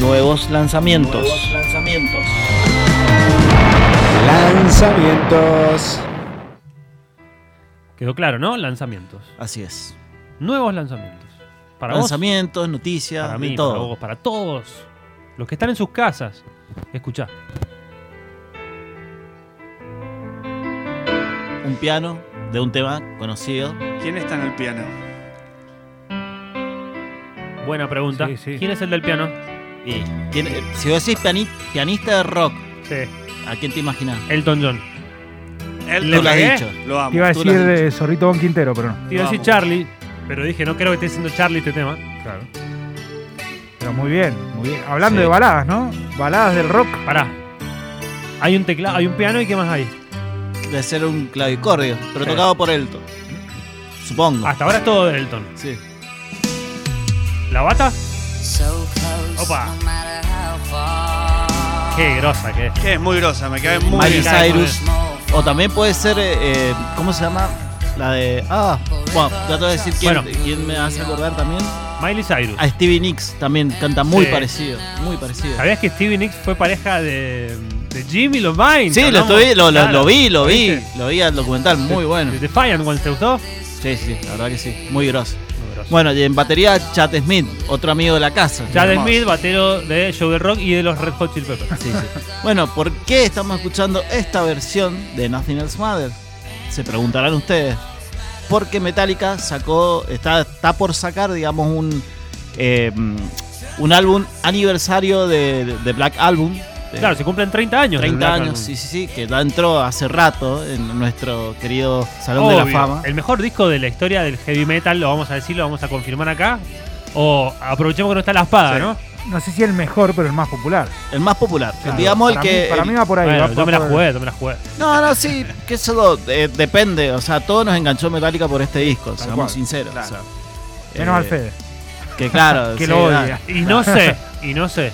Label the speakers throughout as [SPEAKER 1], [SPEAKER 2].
[SPEAKER 1] nuevos lanzamientos.
[SPEAKER 2] Nuevos lanzamientos.
[SPEAKER 3] Lanzamientos.
[SPEAKER 4] Quedó claro, ¿no? Lanzamientos.
[SPEAKER 1] Así es.
[SPEAKER 4] Nuevos lanzamientos. Para
[SPEAKER 1] lanzamientos,
[SPEAKER 4] vos,
[SPEAKER 1] noticias,
[SPEAKER 4] para
[SPEAKER 1] de
[SPEAKER 4] mí,
[SPEAKER 1] todo.
[SPEAKER 4] para vos, para todos. Los que están en sus casas. Escuchá.
[SPEAKER 1] Un piano de un tema conocido.
[SPEAKER 5] ¿Quién está en el piano?
[SPEAKER 4] Buena pregunta.
[SPEAKER 2] Sí, sí.
[SPEAKER 4] ¿Quién es el del piano?
[SPEAKER 1] Y tiene- eh, si vos decís piani- pianista de rock,
[SPEAKER 4] Sí.
[SPEAKER 1] ¿a quién te imaginas?
[SPEAKER 4] Elton John.
[SPEAKER 5] Él
[SPEAKER 4] Le
[SPEAKER 1] Tú lo has
[SPEAKER 4] pegué.
[SPEAKER 1] dicho.
[SPEAKER 5] Lo
[SPEAKER 2] Te iba
[SPEAKER 5] amo.
[SPEAKER 2] a
[SPEAKER 1] Tú lo
[SPEAKER 2] decir
[SPEAKER 1] has
[SPEAKER 2] eh, Zorrito Bon Quintero, pero no.
[SPEAKER 4] Te iba a decir
[SPEAKER 5] Vamos.
[SPEAKER 4] Charlie, pero dije, no creo que esté siendo Charlie este tema.
[SPEAKER 2] Claro. Pero muy bien, muy bien. Hablando
[SPEAKER 1] Sí.
[SPEAKER 2] de baladas, ¿no? Baladas del rock.
[SPEAKER 4] Pará. Hay un teclado, hay un piano y qué más hay.
[SPEAKER 1] De ser un clavicordio, pero
[SPEAKER 4] Sí. Ah.
[SPEAKER 1] tocado por Elton. Supongo.
[SPEAKER 4] Hasta ahora es todo de Elton.
[SPEAKER 1] Sí.
[SPEAKER 4] La bata,
[SPEAKER 6] So close,
[SPEAKER 4] Opa.
[SPEAKER 6] no matter how far.
[SPEAKER 4] qué grosa que es.
[SPEAKER 5] Que es muy grosa, me cae muy
[SPEAKER 1] Miley
[SPEAKER 5] bien.
[SPEAKER 4] cae con
[SPEAKER 1] Cyrus. O también puede ser, eh, eh, ¿cómo se llama? La de. Ah, bueno, ya te voy a decir quién,
[SPEAKER 4] Bueno.
[SPEAKER 1] quién me hace acordar también.
[SPEAKER 4] Miley Cyrus.
[SPEAKER 1] A Stevie Nicks también canta muy
[SPEAKER 4] Sí.
[SPEAKER 1] parecido. Muy parecido.
[SPEAKER 4] ¿Sabías que Stevie Nicks fue pareja de, de Jimmy Lovine?
[SPEAKER 1] Sí, lo,
[SPEAKER 4] Hablamos-
[SPEAKER 1] estuve- lo, lo-
[SPEAKER 4] Claro.
[SPEAKER 1] lo vi, lo vi.
[SPEAKER 4] viste?
[SPEAKER 1] Lo vi al documental, muy bueno.
[SPEAKER 4] De Defiant Ones, ¿te gustó?
[SPEAKER 1] Sí, sí, la verdad que sí. Muy grosso.
[SPEAKER 4] Muy groso.
[SPEAKER 1] Bueno, y en batería, Chad Smith, otro amigo de la casa.
[SPEAKER 4] Chad
[SPEAKER 5] hermoso.
[SPEAKER 4] Smith, batero de Show the Rock y de los Red Hot Chili Peppers.
[SPEAKER 1] Sí, sí. Bueno, ¿por qué estamos escuchando esta versión de Nothing Else Matters? Se preguntarán ustedes. Porque Metallica sacó, está, está por sacar, digamos, un, eh, un álbum aniversario de, de Black Album. de
[SPEAKER 4] Claro, se cumplen 30 años. del
[SPEAKER 1] 30
[SPEAKER 4] Black
[SPEAKER 1] años,
[SPEAKER 4] Album.
[SPEAKER 1] sí, sí, sí, que ya entró hace rato en nuestro querido Salón de la
[SPEAKER 4] Obvio,
[SPEAKER 1] Fama.
[SPEAKER 4] El mejor disco de la historia del heavy metal, lo vamos a decir, lo vamos a confirmar acá. O aprovechemos que no está la espada,
[SPEAKER 5] Sí.
[SPEAKER 4] ¿no?
[SPEAKER 2] No sé si el mejor, pero el más popular.
[SPEAKER 1] El más popular.
[SPEAKER 2] Claro,
[SPEAKER 1] digamos, el
[SPEAKER 2] para
[SPEAKER 1] que.
[SPEAKER 2] Mí, para
[SPEAKER 1] el-
[SPEAKER 2] mí va por ahí.
[SPEAKER 4] Bueno,
[SPEAKER 2] va
[SPEAKER 4] yo
[SPEAKER 2] por-
[SPEAKER 4] me la jugué, yo me la jugué.
[SPEAKER 1] No, no, sí, que eso eh, depende. O sea, todos nos enganchó Metallica por este disco, seamos
[SPEAKER 2] cual,
[SPEAKER 1] sinceros.
[SPEAKER 5] claro.
[SPEAKER 1] o sea,
[SPEAKER 2] Menos
[SPEAKER 1] eh,
[SPEAKER 2] al Fede.
[SPEAKER 1] Que claro.
[SPEAKER 2] Que
[SPEAKER 1] sí,
[SPEAKER 2] lo
[SPEAKER 1] dale,
[SPEAKER 2] odia.
[SPEAKER 4] Y no sé, y no sé.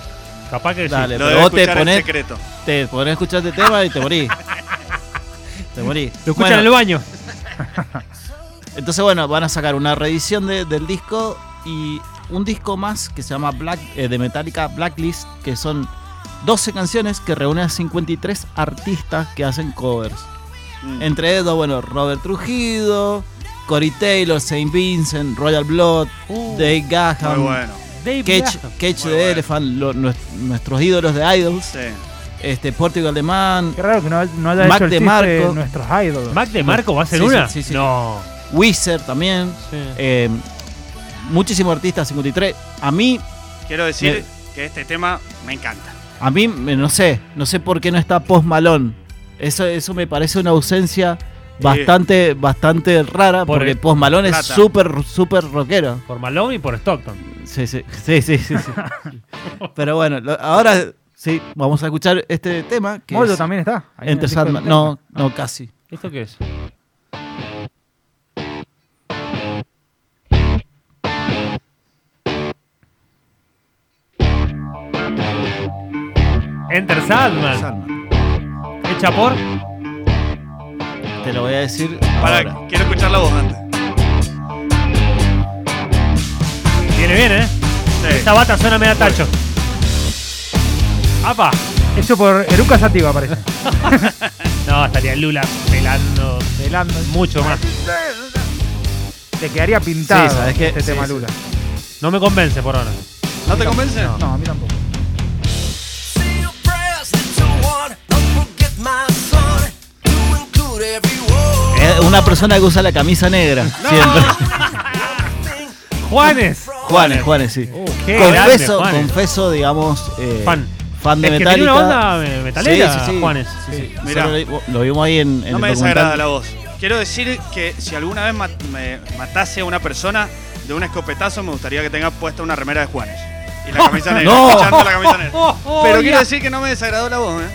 [SPEAKER 4] Capaz que sí.
[SPEAKER 1] Dale,
[SPEAKER 5] Lo
[SPEAKER 1] pero
[SPEAKER 5] debe
[SPEAKER 1] vos te
[SPEAKER 5] escuchar en
[SPEAKER 1] ponés,
[SPEAKER 5] secreto.
[SPEAKER 1] te ponés a escuchar este tema y te morís. te morís.
[SPEAKER 4] Lo escuchan
[SPEAKER 1] Bueno,
[SPEAKER 4] en el baño.
[SPEAKER 1] Entonces, bueno, van a sacar una reedición de- del disco y un disco más que se llama Black, eh, de Metallica Blacklist, que son 12 canciones que reúnen a 53 artistas que hacen covers.
[SPEAKER 5] Mm.
[SPEAKER 1] Entre ellos, bueno, Robert Trujillo, Cory Taylor, Saint Vincent, Royal Blood, Dave
[SPEAKER 5] Uh, Muy
[SPEAKER 1] Gahan,
[SPEAKER 5] bueno.
[SPEAKER 4] Dave
[SPEAKER 1] Cage,
[SPEAKER 4] Gahan.
[SPEAKER 1] Cage
[SPEAKER 5] Muy
[SPEAKER 1] the
[SPEAKER 5] bueno.
[SPEAKER 1] Elephant, lo- nues- nuestros ídolos de Idols,
[SPEAKER 5] Sí.
[SPEAKER 1] este, Portugal The Man,
[SPEAKER 2] Qué raro que no, no haya
[SPEAKER 1] Mac
[SPEAKER 2] hecho el
[SPEAKER 1] de
[SPEAKER 2] chiste
[SPEAKER 1] Marco.
[SPEAKER 2] de nuestros ídolos.
[SPEAKER 4] ¿Mac de Marco va a hacer
[SPEAKER 1] Sí, sí,
[SPEAKER 4] una?
[SPEAKER 1] sí, sí.
[SPEAKER 4] No.
[SPEAKER 1] Wizard también. eh, muchísimos artistas, 53. A mí,
[SPEAKER 5] Quiero decir que este tema me encanta.
[SPEAKER 1] a mí, me- no sé, no sé por qué no está Post Malone. Eso, eso me parece una ausencia bastante, bastante rara,
[SPEAKER 4] Por
[SPEAKER 1] porque
[SPEAKER 4] el-
[SPEAKER 1] Post Malone es
[SPEAKER 5] plata.
[SPEAKER 1] súper, súper rockero.
[SPEAKER 4] Por Malone y por Stockton.
[SPEAKER 1] Sí, sí, sí, sí, sí, sí. Pero bueno, lo- ahora sí, vamos a escuchar este tema. Que
[SPEAKER 2] Moyo
[SPEAKER 1] es
[SPEAKER 2] también está. ahí en
[SPEAKER 1] Enter
[SPEAKER 2] el disco de
[SPEAKER 1] Sandman.
[SPEAKER 2] Metallica.
[SPEAKER 1] No, no, casi.
[SPEAKER 4] ¿Esto qué es? Enter Sandman,
[SPEAKER 1] Sandman.
[SPEAKER 4] hecha por
[SPEAKER 1] Te lo voy a decir ahora.
[SPEAKER 5] Para, quiero escuchar la voz antes.
[SPEAKER 4] Viene bien, ¿eh? Esta bata suena media tacho. ¡Apa!
[SPEAKER 2] Hecho por Eruca Sativa, parece.
[SPEAKER 4] No, estaría Lula pelando
[SPEAKER 2] Velando.
[SPEAKER 4] mucho más.
[SPEAKER 2] Te quedaría pintado
[SPEAKER 1] Sí, sabes que-
[SPEAKER 2] este
[SPEAKER 1] sí,
[SPEAKER 2] tema
[SPEAKER 1] sí.
[SPEAKER 2] Lula.
[SPEAKER 4] No me convence por ahora.
[SPEAKER 5] ¿No te convence?
[SPEAKER 2] No, a mí tampoco.
[SPEAKER 7] Say your prayers that you want. Don't forget my son. You include everyone.
[SPEAKER 1] Es Eh, una persona que usa la camisa negra, siempre.
[SPEAKER 4] ¡Juanes!
[SPEAKER 1] Juanes, Juanes, sí.
[SPEAKER 4] Oh, qué grande,
[SPEAKER 1] confeso,
[SPEAKER 4] Juanes.
[SPEAKER 1] confeso, digamos, eh,
[SPEAKER 4] Fan.
[SPEAKER 1] fan de
[SPEAKER 4] es que
[SPEAKER 1] Metallica.
[SPEAKER 4] tiene una onda eh, metalera, Juanes.
[SPEAKER 1] Sí, sí. Nosotros
[SPEAKER 5] Mirá.
[SPEAKER 1] lo vi- lo vimos ahí en, en
[SPEAKER 5] No
[SPEAKER 1] el
[SPEAKER 5] me
[SPEAKER 1] documental.
[SPEAKER 5] desagrada la voz. Quiero decir que si alguna vez mat- me matase a una persona de un escopetazo, me gustaría que tenga puesta una remera de Juanes. Y la camisa negra.
[SPEAKER 1] No.
[SPEAKER 5] escuchando la camisa negra.
[SPEAKER 4] Oh, oh,
[SPEAKER 5] Pero
[SPEAKER 4] oh,
[SPEAKER 5] quiero
[SPEAKER 4] ya.
[SPEAKER 5] decir que no me desagradó la voz, ¿eh?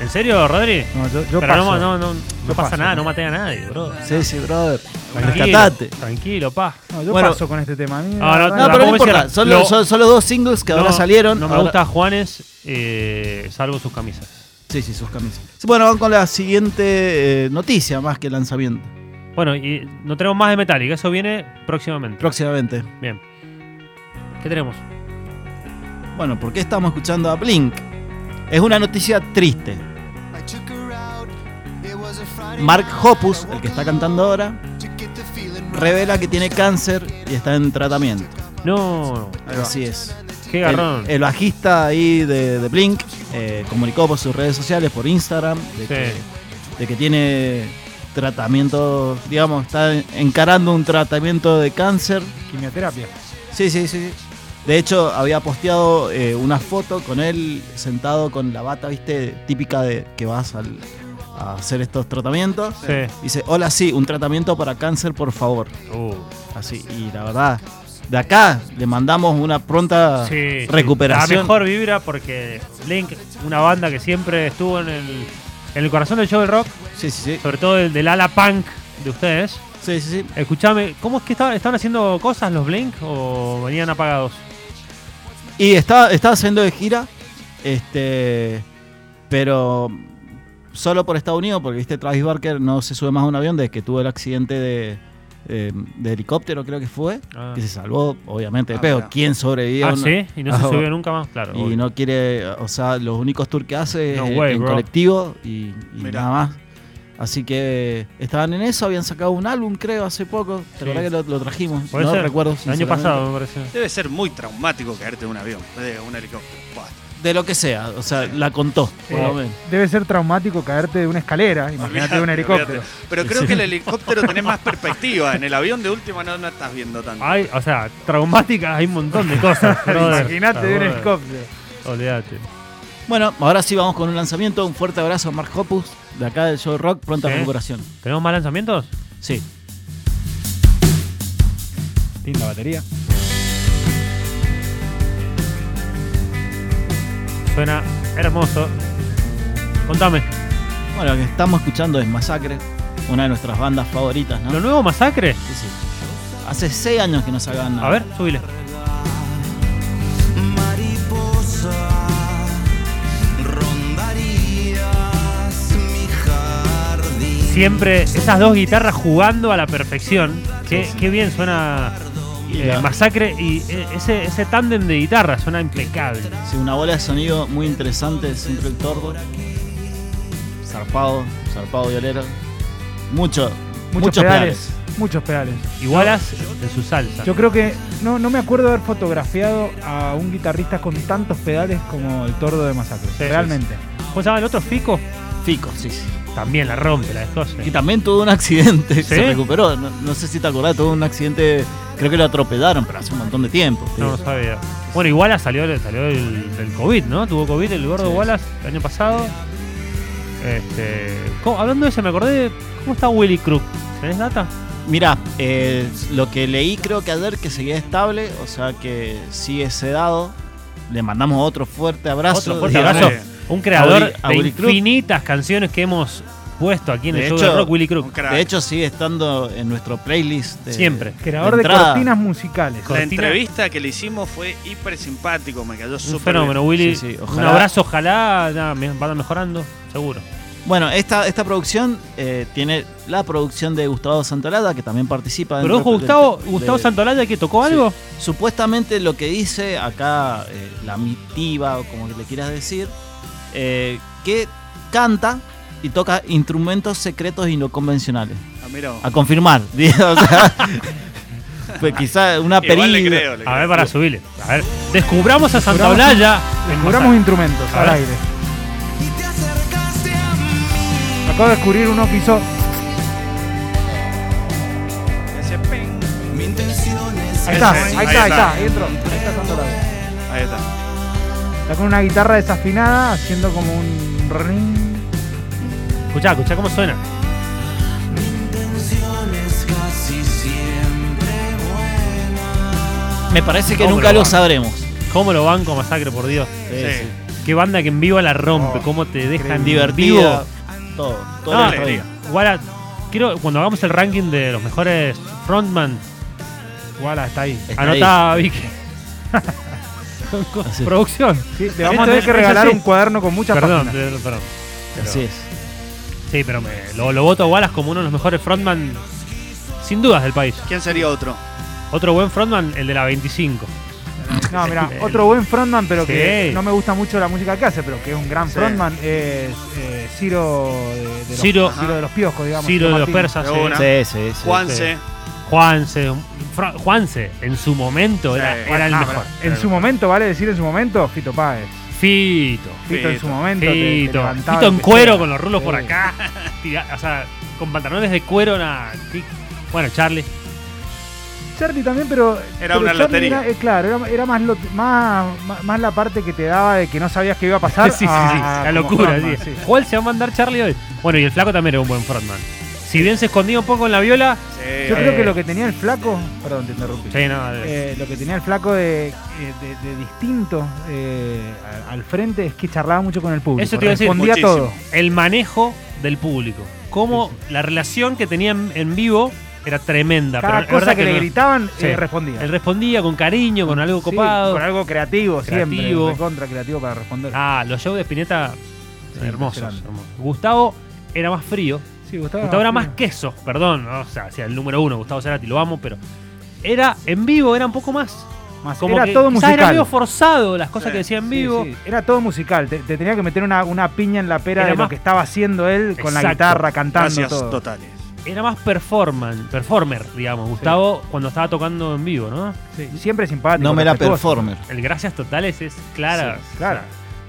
[SPEAKER 4] ¿En serio, Rodri?
[SPEAKER 2] No, yo, yo
[SPEAKER 4] Pero
[SPEAKER 2] paso.
[SPEAKER 4] no, no, no, no
[SPEAKER 2] Yo
[SPEAKER 4] pasa
[SPEAKER 2] paso.
[SPEAKER 4] nada, no maté a nadie, bro.
[SPEAKER 1] Sí, sí, brother.
[SPEAKER 4] Tranquilo,
[SPEAKER 1] Rescatate.
[SPEAKER 4] Tranquilo, pa.
[SPEAKER 2] No, yo
[SPEAKER 1] Bueno.
[SPEAKER 2] paso con este tema. A mí,
[SPEAKER 4] Ah,
[SPEAKER 2] la
[SPEAKER 4] no,
[SPEAKER 1] No, pero
[SPEAKER 2] verdad,
[SPEAKER 4] tampoco
[SPEAKER 1] no
[SPEAKER 4] me
[SPEAKER 1] importa.
[SPEAKER 4] cierra.
[SPEAKER 1] Son,
[SPEAKER 4] Lo-
[SPEAKER 1] son- son los dos singles que ahora
[SPEAKER 4] No,
[SPEAKER 1] salieron.
[SPEAKER 4] No me
[SPEAKER 1] Ahora-
[SPEAKER 4] gusta Juanes, eh, salvo sus camisas.
[SPEAKER 1] Sí, sí, sus camisas. Sí, Bueno, vamos con la siguiente eh, noticia más que lanzamiento.
[SPEAKER 4] Bueno, y no tenemos más de Metallica, eso viene próximamente.
[SPEAKER 1] Próximamente.
[SPEAKER 4] Bien. ¿Qué tenemos?
[SPEAKER 1] Bueno, ¿por qué estamos escuchando a Blink? Es una noticia triste. Mark Hoppus, el que está cantando ahora, revela que tiene cáncer y está en tratamiento.
[SPEAKER 4] No,
[SPEAKER 1] Así es.
[SPEAKER 4] qué
[SPEAKER 1] El,
[SPEAKER 4] garrón.
[SPEAKER 1] el bajista ahí de, de Blink eh, comunicó por sus redes sociales, por Instagram, de, que, de que tiene tratamiento, digamos, está encarando un tratamiento de cáncer.
[SPEAKER 2] Quimioterapia.
[SPEAKER 1] Sí, sí, sí. sí. De hecho, había posteado eh, una foto con él sentado con la bata, viste, típica de que vas al- a hacer estos tratamientos.
[SPEAKER 4] sí.
[SPEAKER 1] Dice, hola, sí, un tratamiento para cáncer, por favor.
[SPEAKER 4] Uh,
[SPEAKER 1] Así, y la verdad, de acá le mandamos una pronta
[SPEAKER 4] sí, sí.
[SPEAKER 1] Ah. recuperación.
[SPEAKER 4] La mejor vibra porque Blink, una banda que siempre estuvo en el, en el corazón del show del rock,
[SPEAKER 1] Sí, sí, sí.
[SPEAKER 4] sobre todo el del ala punk de ustedes.
[SPEAKER 1] Sí, sí, sí.
[SPEAKER 4] Escuchame, ¿cómo es que estaban, estaban haciendo cosas los Blink o venían apagados?
[SPEAKER 1] Y estaba, estaba haciendo de gira, este, pero solo por Estados Unidos, porque viste, Travis Barker no se sube más a un avión desde que tuvo el accidente de, eh, de helicóptero, creo que fue,
[SPEAKER 4] Ah.
[SPEAKER 1] que se salvó, obviamente, de
[SPEAKER 5] Ah,
[SPEAKER 1] pedo.
[SPEAKER 5] mirá.
[SPEAKER 1] ¿Quién sobrevivió?
[SPEAKER 4] Ah, sí, y no se
[SPEAKER 1] Ah,
[SPEAKER 4] subió nunca más, claro.
[SPEAKER 1] Y
[SPEAKER 4] obvio.
[SPEAKER 1] no quiere, o sea, los únicos tours que hace
[SPEAKER 4] No
[SPEAKER 1] es
[SPEAKER 4] way,
[SPEAKER 1] en
[SPEAKER 4] bro.
[SPEAKER 1] colectivo y, y
[SPEAKER 5] Mirá.
[SPEAKER 1] nada más. Así que estaban en eso, habían sacado un álbum, creo, hace poco.
[SPEAKER 4] Sí.
[SPEAKER 1] ¿Te verdad que lo, lo trajimos?
[SPEAKER 4] Puede
[SPEAKER 1] no
[SPEAKER 4] ser,
[SPEAKER 1] recuerdo.
[SPEAKER 4] El año
[SPEAKER 1] sinceramente.
[SPEAKER 4] pasado, me parece.
[SPEAKER 5] Debe ser muy traumático caerte de un avión, de un helicóptero. Buah,
[SPEAKER 1] De lo que sea, o sea, la contó, por
[SPEAKER 2] Eh,
[SPEAKER 1] lo menos.
[SPEAKER 2] Debe ser traumático caerte de una escalera, imagínate de un
[SPEAKER 5] olvídate,
[SPEAKER 2] helicóptero.
[SPEAKER 5] olvídate. Pero creo que el helicóptero tenés más perspectiva. En el avión de última no, no estás viendo tanto.
[SPEAKER 4] Ay, o sea, traumáticas, hay un montón de cosas. brother.
[SPEAKER 2] Imagínate de un
[SPEAKER 4] Brother,
[SPEAKER 2] helicóptero.
[SPEAKER 4] Olvídate.
[SPEAKER 1] Bueno, ahora sí vamos con un lanzamiento. Un fuerte abrazo a Mark Hoppus, de acá del show rock, pronta
[SPEAKER 4] Sí.
[SPEAKER 1] recuperación.
[SPEAKER 4] ¿Tenemos más lanzamientos?
[SPEAKER 1] Sí.
[SPEAKER 3] Tinta batería.
[SPEAKER 4] Suena hermoso. Contame,
[SPEAKER 1] Bueno, lo que estamos escuchando es Masacre, una de nuestras bandas favoritas, ¿no?
[SPEAKER 4] ¿lo nuevo Masacre?
[SPEAKER 1] Sí, sí. Hace seis años que no sacaban nada.
[SPEAKER 4] A ver, subile.
[SPEAKER 7] Mariposa, rondarías mi jardín.
[SPEAKER 4] Siempre esas dos guitarras jugando a la perfección. Qué, qué bien suena
[SPEAKER 1] Y
[SPEAKER 4] eh,
[SPEAKER 1] la-
[SPEAKER 4] Masacre y eh, ese, ese tándem de guitarras suena impecable.
[SPEAKER 1] Sí, una bola de sonido muy interesante, siempre el tordo. Zarpado, zarpado violero. Mucho, muchos, pedales.
[SPEAKER 2] Muchos pedales.
[SPEAKER 4] Igualas de su salsa.
[SPEAKER 2] Yo creo que no, no me acuerdo de haber fotografiado a un guitarrista con tantos pedales como el tordo de Masacre.
[SPEAKER 4] sí,
[SPEAKER 2] Realmente.
[SPEAKER 4] ¿Vos sabés el otro Fico?
[SPEAKER 1] Fico, sí, sí.
[SPEAKER 4] También la rompe, la eh. destroza.
[SPEAKER 1] Y también tuvo un accidente,
[SPEAKER 4] ¿Sí?
[SPEAKER 1] se recuperó. No, no sé si te acordás, tuvo un accidente, creo que lo atropellaron, pero hace un montón de tiempo. Eh,
[SPEAKER 4] No, no sabía. Bueno, y Wallace salió, salió del, del COVID, ¿no? Tuvo COVID el gordo
[SPEAKER 1] Sí.
[SPEAKER 4] Wallace el año pasado. Este, ¿cómo- hablando de eso, me acordé de. ¿Cómo está Willy Crook? ¿Tenés data?
[SPEAKER 1] Mirá, eh, lo que leí creo que ayer que seguía estable, o sea que sigue sedado. Le mandamos otro fuerte abrazo.
[SPEAKER 4] Otro fuerte
[SPEAKER 1] digamos.
[SPEAKER 4] abrazo. Un creador
[SPEAKER 1] a Willy- a
[SPEAKER 4] de
[SPEAKER 1] Willy Crook.
[SPEAKER 4] infinitas canciones que hemos puesto aquí en el
[SPEAKER 1] De
[SPEAKER 4] show
[SPEAKER 1] hecho,
[SPEAKER 4] de rock, Willy Crook.
[SPEAKER 5] Un crack.
[SPEAKER 1] De hecho, sigue estando en nuestro playlist. de-
[SPEAKER 4] Siempre.
[SPEAKER 2] Creador de,
[SPEAKER 1] entrada.
[SPEAKER 2] cortinas musicales.
[SPEAKER 5] la
[SPEAKER 4] cortina.
[SPEAKER 5] entrevista que le hicimos fue hiper simpático, me cayó
[SPEAKER 4] Un
[SPEAKER 5] súper
[SPEAKER 4] fenómeno, Willy.
[SPEAKER 1] Sí, sí,
[SPEAKER 4] un
[SPEAKER 1] ojalá.
[SPEAKER 4] abrazo, ojalá. nada, me- van mejorando, seguro.
[SPEAKER 1] Bueno, esta, esta producción eh, tiene la producción de Gustavo Santolada, que también participa.
[SPEAKER 4] Pero
[SPEAKER 1] dentro
[SPEAKER 4] ojo,
[SPEAKER 1] del-
[SPEAKER 4] Gustavo,
[SPEAKER 1] de- este-
[SPEAKER 4] Gustavo
[SPEAKER 1] de-
[SPEAKER 4] Santolaya que tocó
[SPEAKER 1] Sí.
[SPEAKER 4] algo.
[SPEAKER 1] Supuestamente lo que dice acá eh, la mitiva o como que le quieras decir, eh, que canta y toca instrumentos secretos y no convencionales.
[SPEAKER 5] bien. Ah, mira vos.
[SPEAKER 1] A confirmar. digo, o sea, pues quizá una
[SPEAKER 5] Igual le
[SPEAKER 1] perilla.
[SPEAKER 5] creo, le
[SPEAKER 4] A
[SPEAKER 5] creo.
[SPEAKER 4] ver, para subirle. A ver, descubramos a Santaolalla. en
[SPEAKER 2] Cobramos instrumentos
[SPEAKER 4] A
[SPEAKER 2] al
[SPEAKER 4] ver.
[SPEAKER 2] aire.
[SPEAKER 7] Y te acercaste a mí.
[SPEAKER 2] Acabo de descubrir uno que hizo.
[SPEAKER 5] Y hacía ping.
[SPEAKER 7] Mi intención es
[SPEAKER 2] Ahí está,
[SPEAKER 5] Ese,
[SPEAKER 2] ahí está, ahí está, ahí entró. Ahí está Santolaya.
[SPEAKER 5] Ahí está.
[SPEAKER 2] Está con una guitarra desafinada haciendo como un ring.
[SPEAKER 4] Escuchá, escuchá cómo suena.
[SPEAKER 7] mi intención es casi siempre
[SPEAKER 1] Me parece que
[SPEAKER 4] No,
[SPEAKER 1] nunca
[SPEAKER 4] pero
[SPEAKER 1] lo
[SPEAKER 4] va.
[SPEAKER 1] sabremos.
[SPEAKER 4] ¿Cómo lo banco Masacre, por Dios?
[SPEAKER 5] Sí.
[SPEAKER 4] Qué banda que en vivo la rompe,
[SPEAKER 2] Oh,
[SPEAKER 4] cómo te dejan
[SPEAKER 1] Divertido.
[SPEAKER 4] vivo.
[SPEAKER 1] Todo. todo
[SPEAKER 4] No,
[SPEAKER 1] lo que
[SPEAKER 5] alegría.
[SPEAKER 1] está bien.
[SPEAKER 4] Igual, quiero, cuando hagamos el ranking de los mejores frontman,
[SPEAKER 2] Wala está ahí.
[SPEAKER 1] Está
[SPEAKER 4] anota Vicky.
[SPEAKER 1] Así.
[SPEAKER 4] Producción.
[SPEAKER 2] Sí, te vamos a
[SPEAKER 4] Esto
[SPEAKER 2] tener
[SPEAKER 4] es-
[SPEAKER 2] que
[SPEAKER 4] es
[SPEAKER 2] regalar
[SPEAKER 4] así.
[SPEAKER 2] un cuaderno con muchas
[SPEAKER 4] Perdón,
[SPEAKER 2] páginas.
[SPEAKER 4] te- perdón.
[SPEAKER 1] ahí.
[SPEAKER 4] Pero-
[SPEAKER 1] Así es.
[SPEAKER 4] Sí, pero me- lo, lo voto a Wallace como uno de los mejores frontman, sin dudas, del país.
[SPEAKER 5] ¿Quién sería otro?
[SPEAKER 4] Otro buen frontman, el de la 25.
[SPEAKER 2] No, mira, otro buen frontman, pero que
[SPEAKER 4] Sí.
[SPEAKER 2] no me gusta mucho la música que hace, pero que es un gran
[SPEAKER 5] Sí.
[SPEAKER 2] frontman, es eh, Ciro, de, de los,
[SPEAKER 4] Ciro.
[SPEAKER 2] Ciro de los Piojos, digamos.
[SPEAKER 4] Ciro de los
[SPEAKER 2] Martín.
[SPEAKER 4] persas.
[SPEAKER 5] De
[SPEAKER 4] sí.
[SPEAKER 5] una.
[SPEAKER 1] Sí, sí, sí.
[SPEAKER 5] Juanse.
[SPEAKER 4] Juanse. Fra- Juanse, en su momento,
[SPEAKER 5] Sí.
[SPEAKER 4] era, era el
[SPEAKER 2] Ah,
[SPEAKER 4] mejor.
[SPEAKER 2] pero En su momento, vale decir en su momento, Fito Páez.
[SPEAKER 4] Fito.
[SPEAKER 2] Fito, en
[SPEAKER 5] Fito.
[SPEAKER 2] su momento. te- te
[SPEAKER 4] Fito.
[SPEAKER 2] levantaba
[SPEAKER 4] Fito
[SPEAKER 2] lo
[SPEAKER 4] en
[SPEAKER 2] que
[SPEAKER 4] cuero,
[SPEAKER 2] sea.
[SPEAKER 4] con los rulos por
[SPEAKER 2] Sí.
[SPEAKER 4] acá. Tira- o sea, con pantalones de cuero. nada, qué- Bueno, Charlie.
[SPEAKER 2] Charlie también, pero. pero
[SPEAKER 5] una
[SPEAKER 2] Charlie
[SPEAKER 5] lotería.
[SPEAKER 2] era- eh, claro, era, era más, lot- más, más, más la parte que te daba de que no sabías qué iba a pasar.
[SPEAKER 4] Sí, sí, sí,
[SPEAKER 2] a-
[SPEAKER 4] la
[SPEAKER 2] Ah, como
[SPEAKER 4] locura.
[SPEAKER 2] frontman,
[SPEAKER 4] sí.
[SPEAKER 2] sí.
[SPEAKER 4] ¿Cuál se va a mandar Charlie hoy? Bueno, y el flaco también era un buen frontman. Si bien se escondía un poco en la viola.
[SPEAKER 5] Sí,
[SPEAKER 2] Yo
[SPEAKER 5] ahí.
[SPEAKER 2] creo que lo que tenía el flaco. Perdón, te interrumpí.
[SPEAKER 4] Sí, no,
[SPEAKER 2] Eh, lo que tenía el flaco de, eh, de- de distinto eh, a- al frente es que charlaba mucho con el público.
[SPEAKER 4] Eso te iba a decir.
[SPEAKER 2] Respondía
[SPEAKER 5] Muchísimo.
[SPEAKER 2] todo.
[SPEAKER 4] el manejo del público. Cómo la relación que tenían en vivo era tremenda. pero
[SPEAKER 2] Cada
[SPEAKER 4] la verdad
[SPEAKER 2] cosa que, le
[SPEAKER 4] no-
[SPEAKER 2] gritaban,
[SPEAKER 4] Sí.
[SPEAKER 2] eh, respondía.
[SPEAKER 4] Él respondía con cariño, con algo
[SPEAKER 2] Sí,
[SPEAKER 4] copado.
[SPEAKER 2] con algo creativo,
[SPEAKER 4] Creativo.
[SPEAKER 2] siempre. Contra creativo para responder.
[SPEAKER 4] Ah, los shows de Spinetta
[SPEAKER 2] Sí,
[SPEAKER 4] hermosos,
[SPEAKER 2] impresionante.
[SPEAKER 4] hermosos. Gustavo era más frío.
[SPEAKER 2] Sí, Gustavo,
[SPEAKER 4] Gustavo era más
[SPEAKER 2] sí.
[SPEAKER 4] queso, perdón. O sea, hacía el número uno, Gustavo Cerati, lo amo, pero era en vivo, era un poco más.
[SPEAKER 2] Más-
[SPEAKER 4] Como
[SPEAKER 2] era
[SPEAKER 4] que
[SPEAKER 2] todo
[SPEAKER 4] quizás
[SPEAKER 2] musical.
[SPEAKER 4] era medio forzado las cosas
[SPEAKER 5] Sí,
[SPEAKER 4] que decía en
[SPEAKER 2] Sí,
[SPEAKER 4] vivo.
[SPEAKER 2] sí, Era todo musical. Te, te tenía que meter una, una piña en la pera
[SPEAKER 4] Era
[SPEAKER 2] de
[SPEAKER 4] más-
[SPEAKER 2] lo que estaba haciendo él con la
[SPEAKER 4] Exacto.
[SPEAKER 2] guitarra, cantando
[SPEAKER 5] Gracias
[SPEAKER 2] todo.
[SPEAKER 5] totales.
[SPEAKER 4] Era más performan, performer, digamos. Gustavo cuando estaba tocando en vivo, ¿no?
[SPEAKER 2] Sí, Siempre simpático.
[SPEAKER 1] No me la
[SPEAKER 2] respetuoso.
[SPEAKER 1] performer.
[SPEAKER 4] El gracias totales es clara.
[SPEAKER 2] Sí, claro.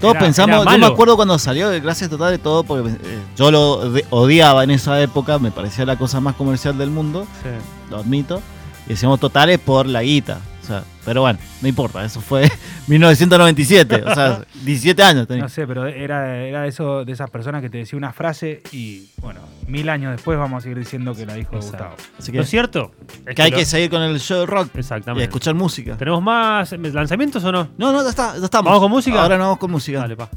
[SPEAKER 1] Todos
[SPEAKER 4] Era-
[SPEAKER 1] pensamos,
[SPEAKER 4] era
[SPEAKER 1] yo me
[SPEAKER 4] malo.
[SPEAKER 1] acuerdo cuando salió de Gracias Total de todo, porque eh, yo lo de- odiaba en esa época, me parecía la cosa más comercial del mundo,
[SPEAKER 4] Sí.
[SPEAKER 1] lo admito. Y decíamos totales por la guita. O sea, pero bueno, no importa, eso fue 1997, o sea, 17 años tenía.
[SPEAKER 2] No sé, pero era, era de eso, de esas personas que te decía una frase y, bueno, mil años después vamos a seguir diciendo que la dijo
[SPEAKER 4] Exacto.
[SPEAKER 2] Gustavo.
[SPEAKER 1] Así
[SPEAKER 4] Lo
[SPEAKER 1] que,
[SPEAKER 4] cierto es
[SPEAKER 1] que hay
[SPEAKER 4] lo-
[SPEAKER 1] que seguir con el show de rock y
[SPEAKER 4] Exactamente.
[SPEAKER 1] escuchar música.
[SPEAKER 4] ¿Tenemos más eh, lanzamientos o no?
[SPEAKER 1] No, no, ya está, ya estamos.
[SPEAKER 4] ¿Vamos con música?
[SPEAKER 1] Ahora no vamos con música.
[SPEAKER 4] Dale, pa.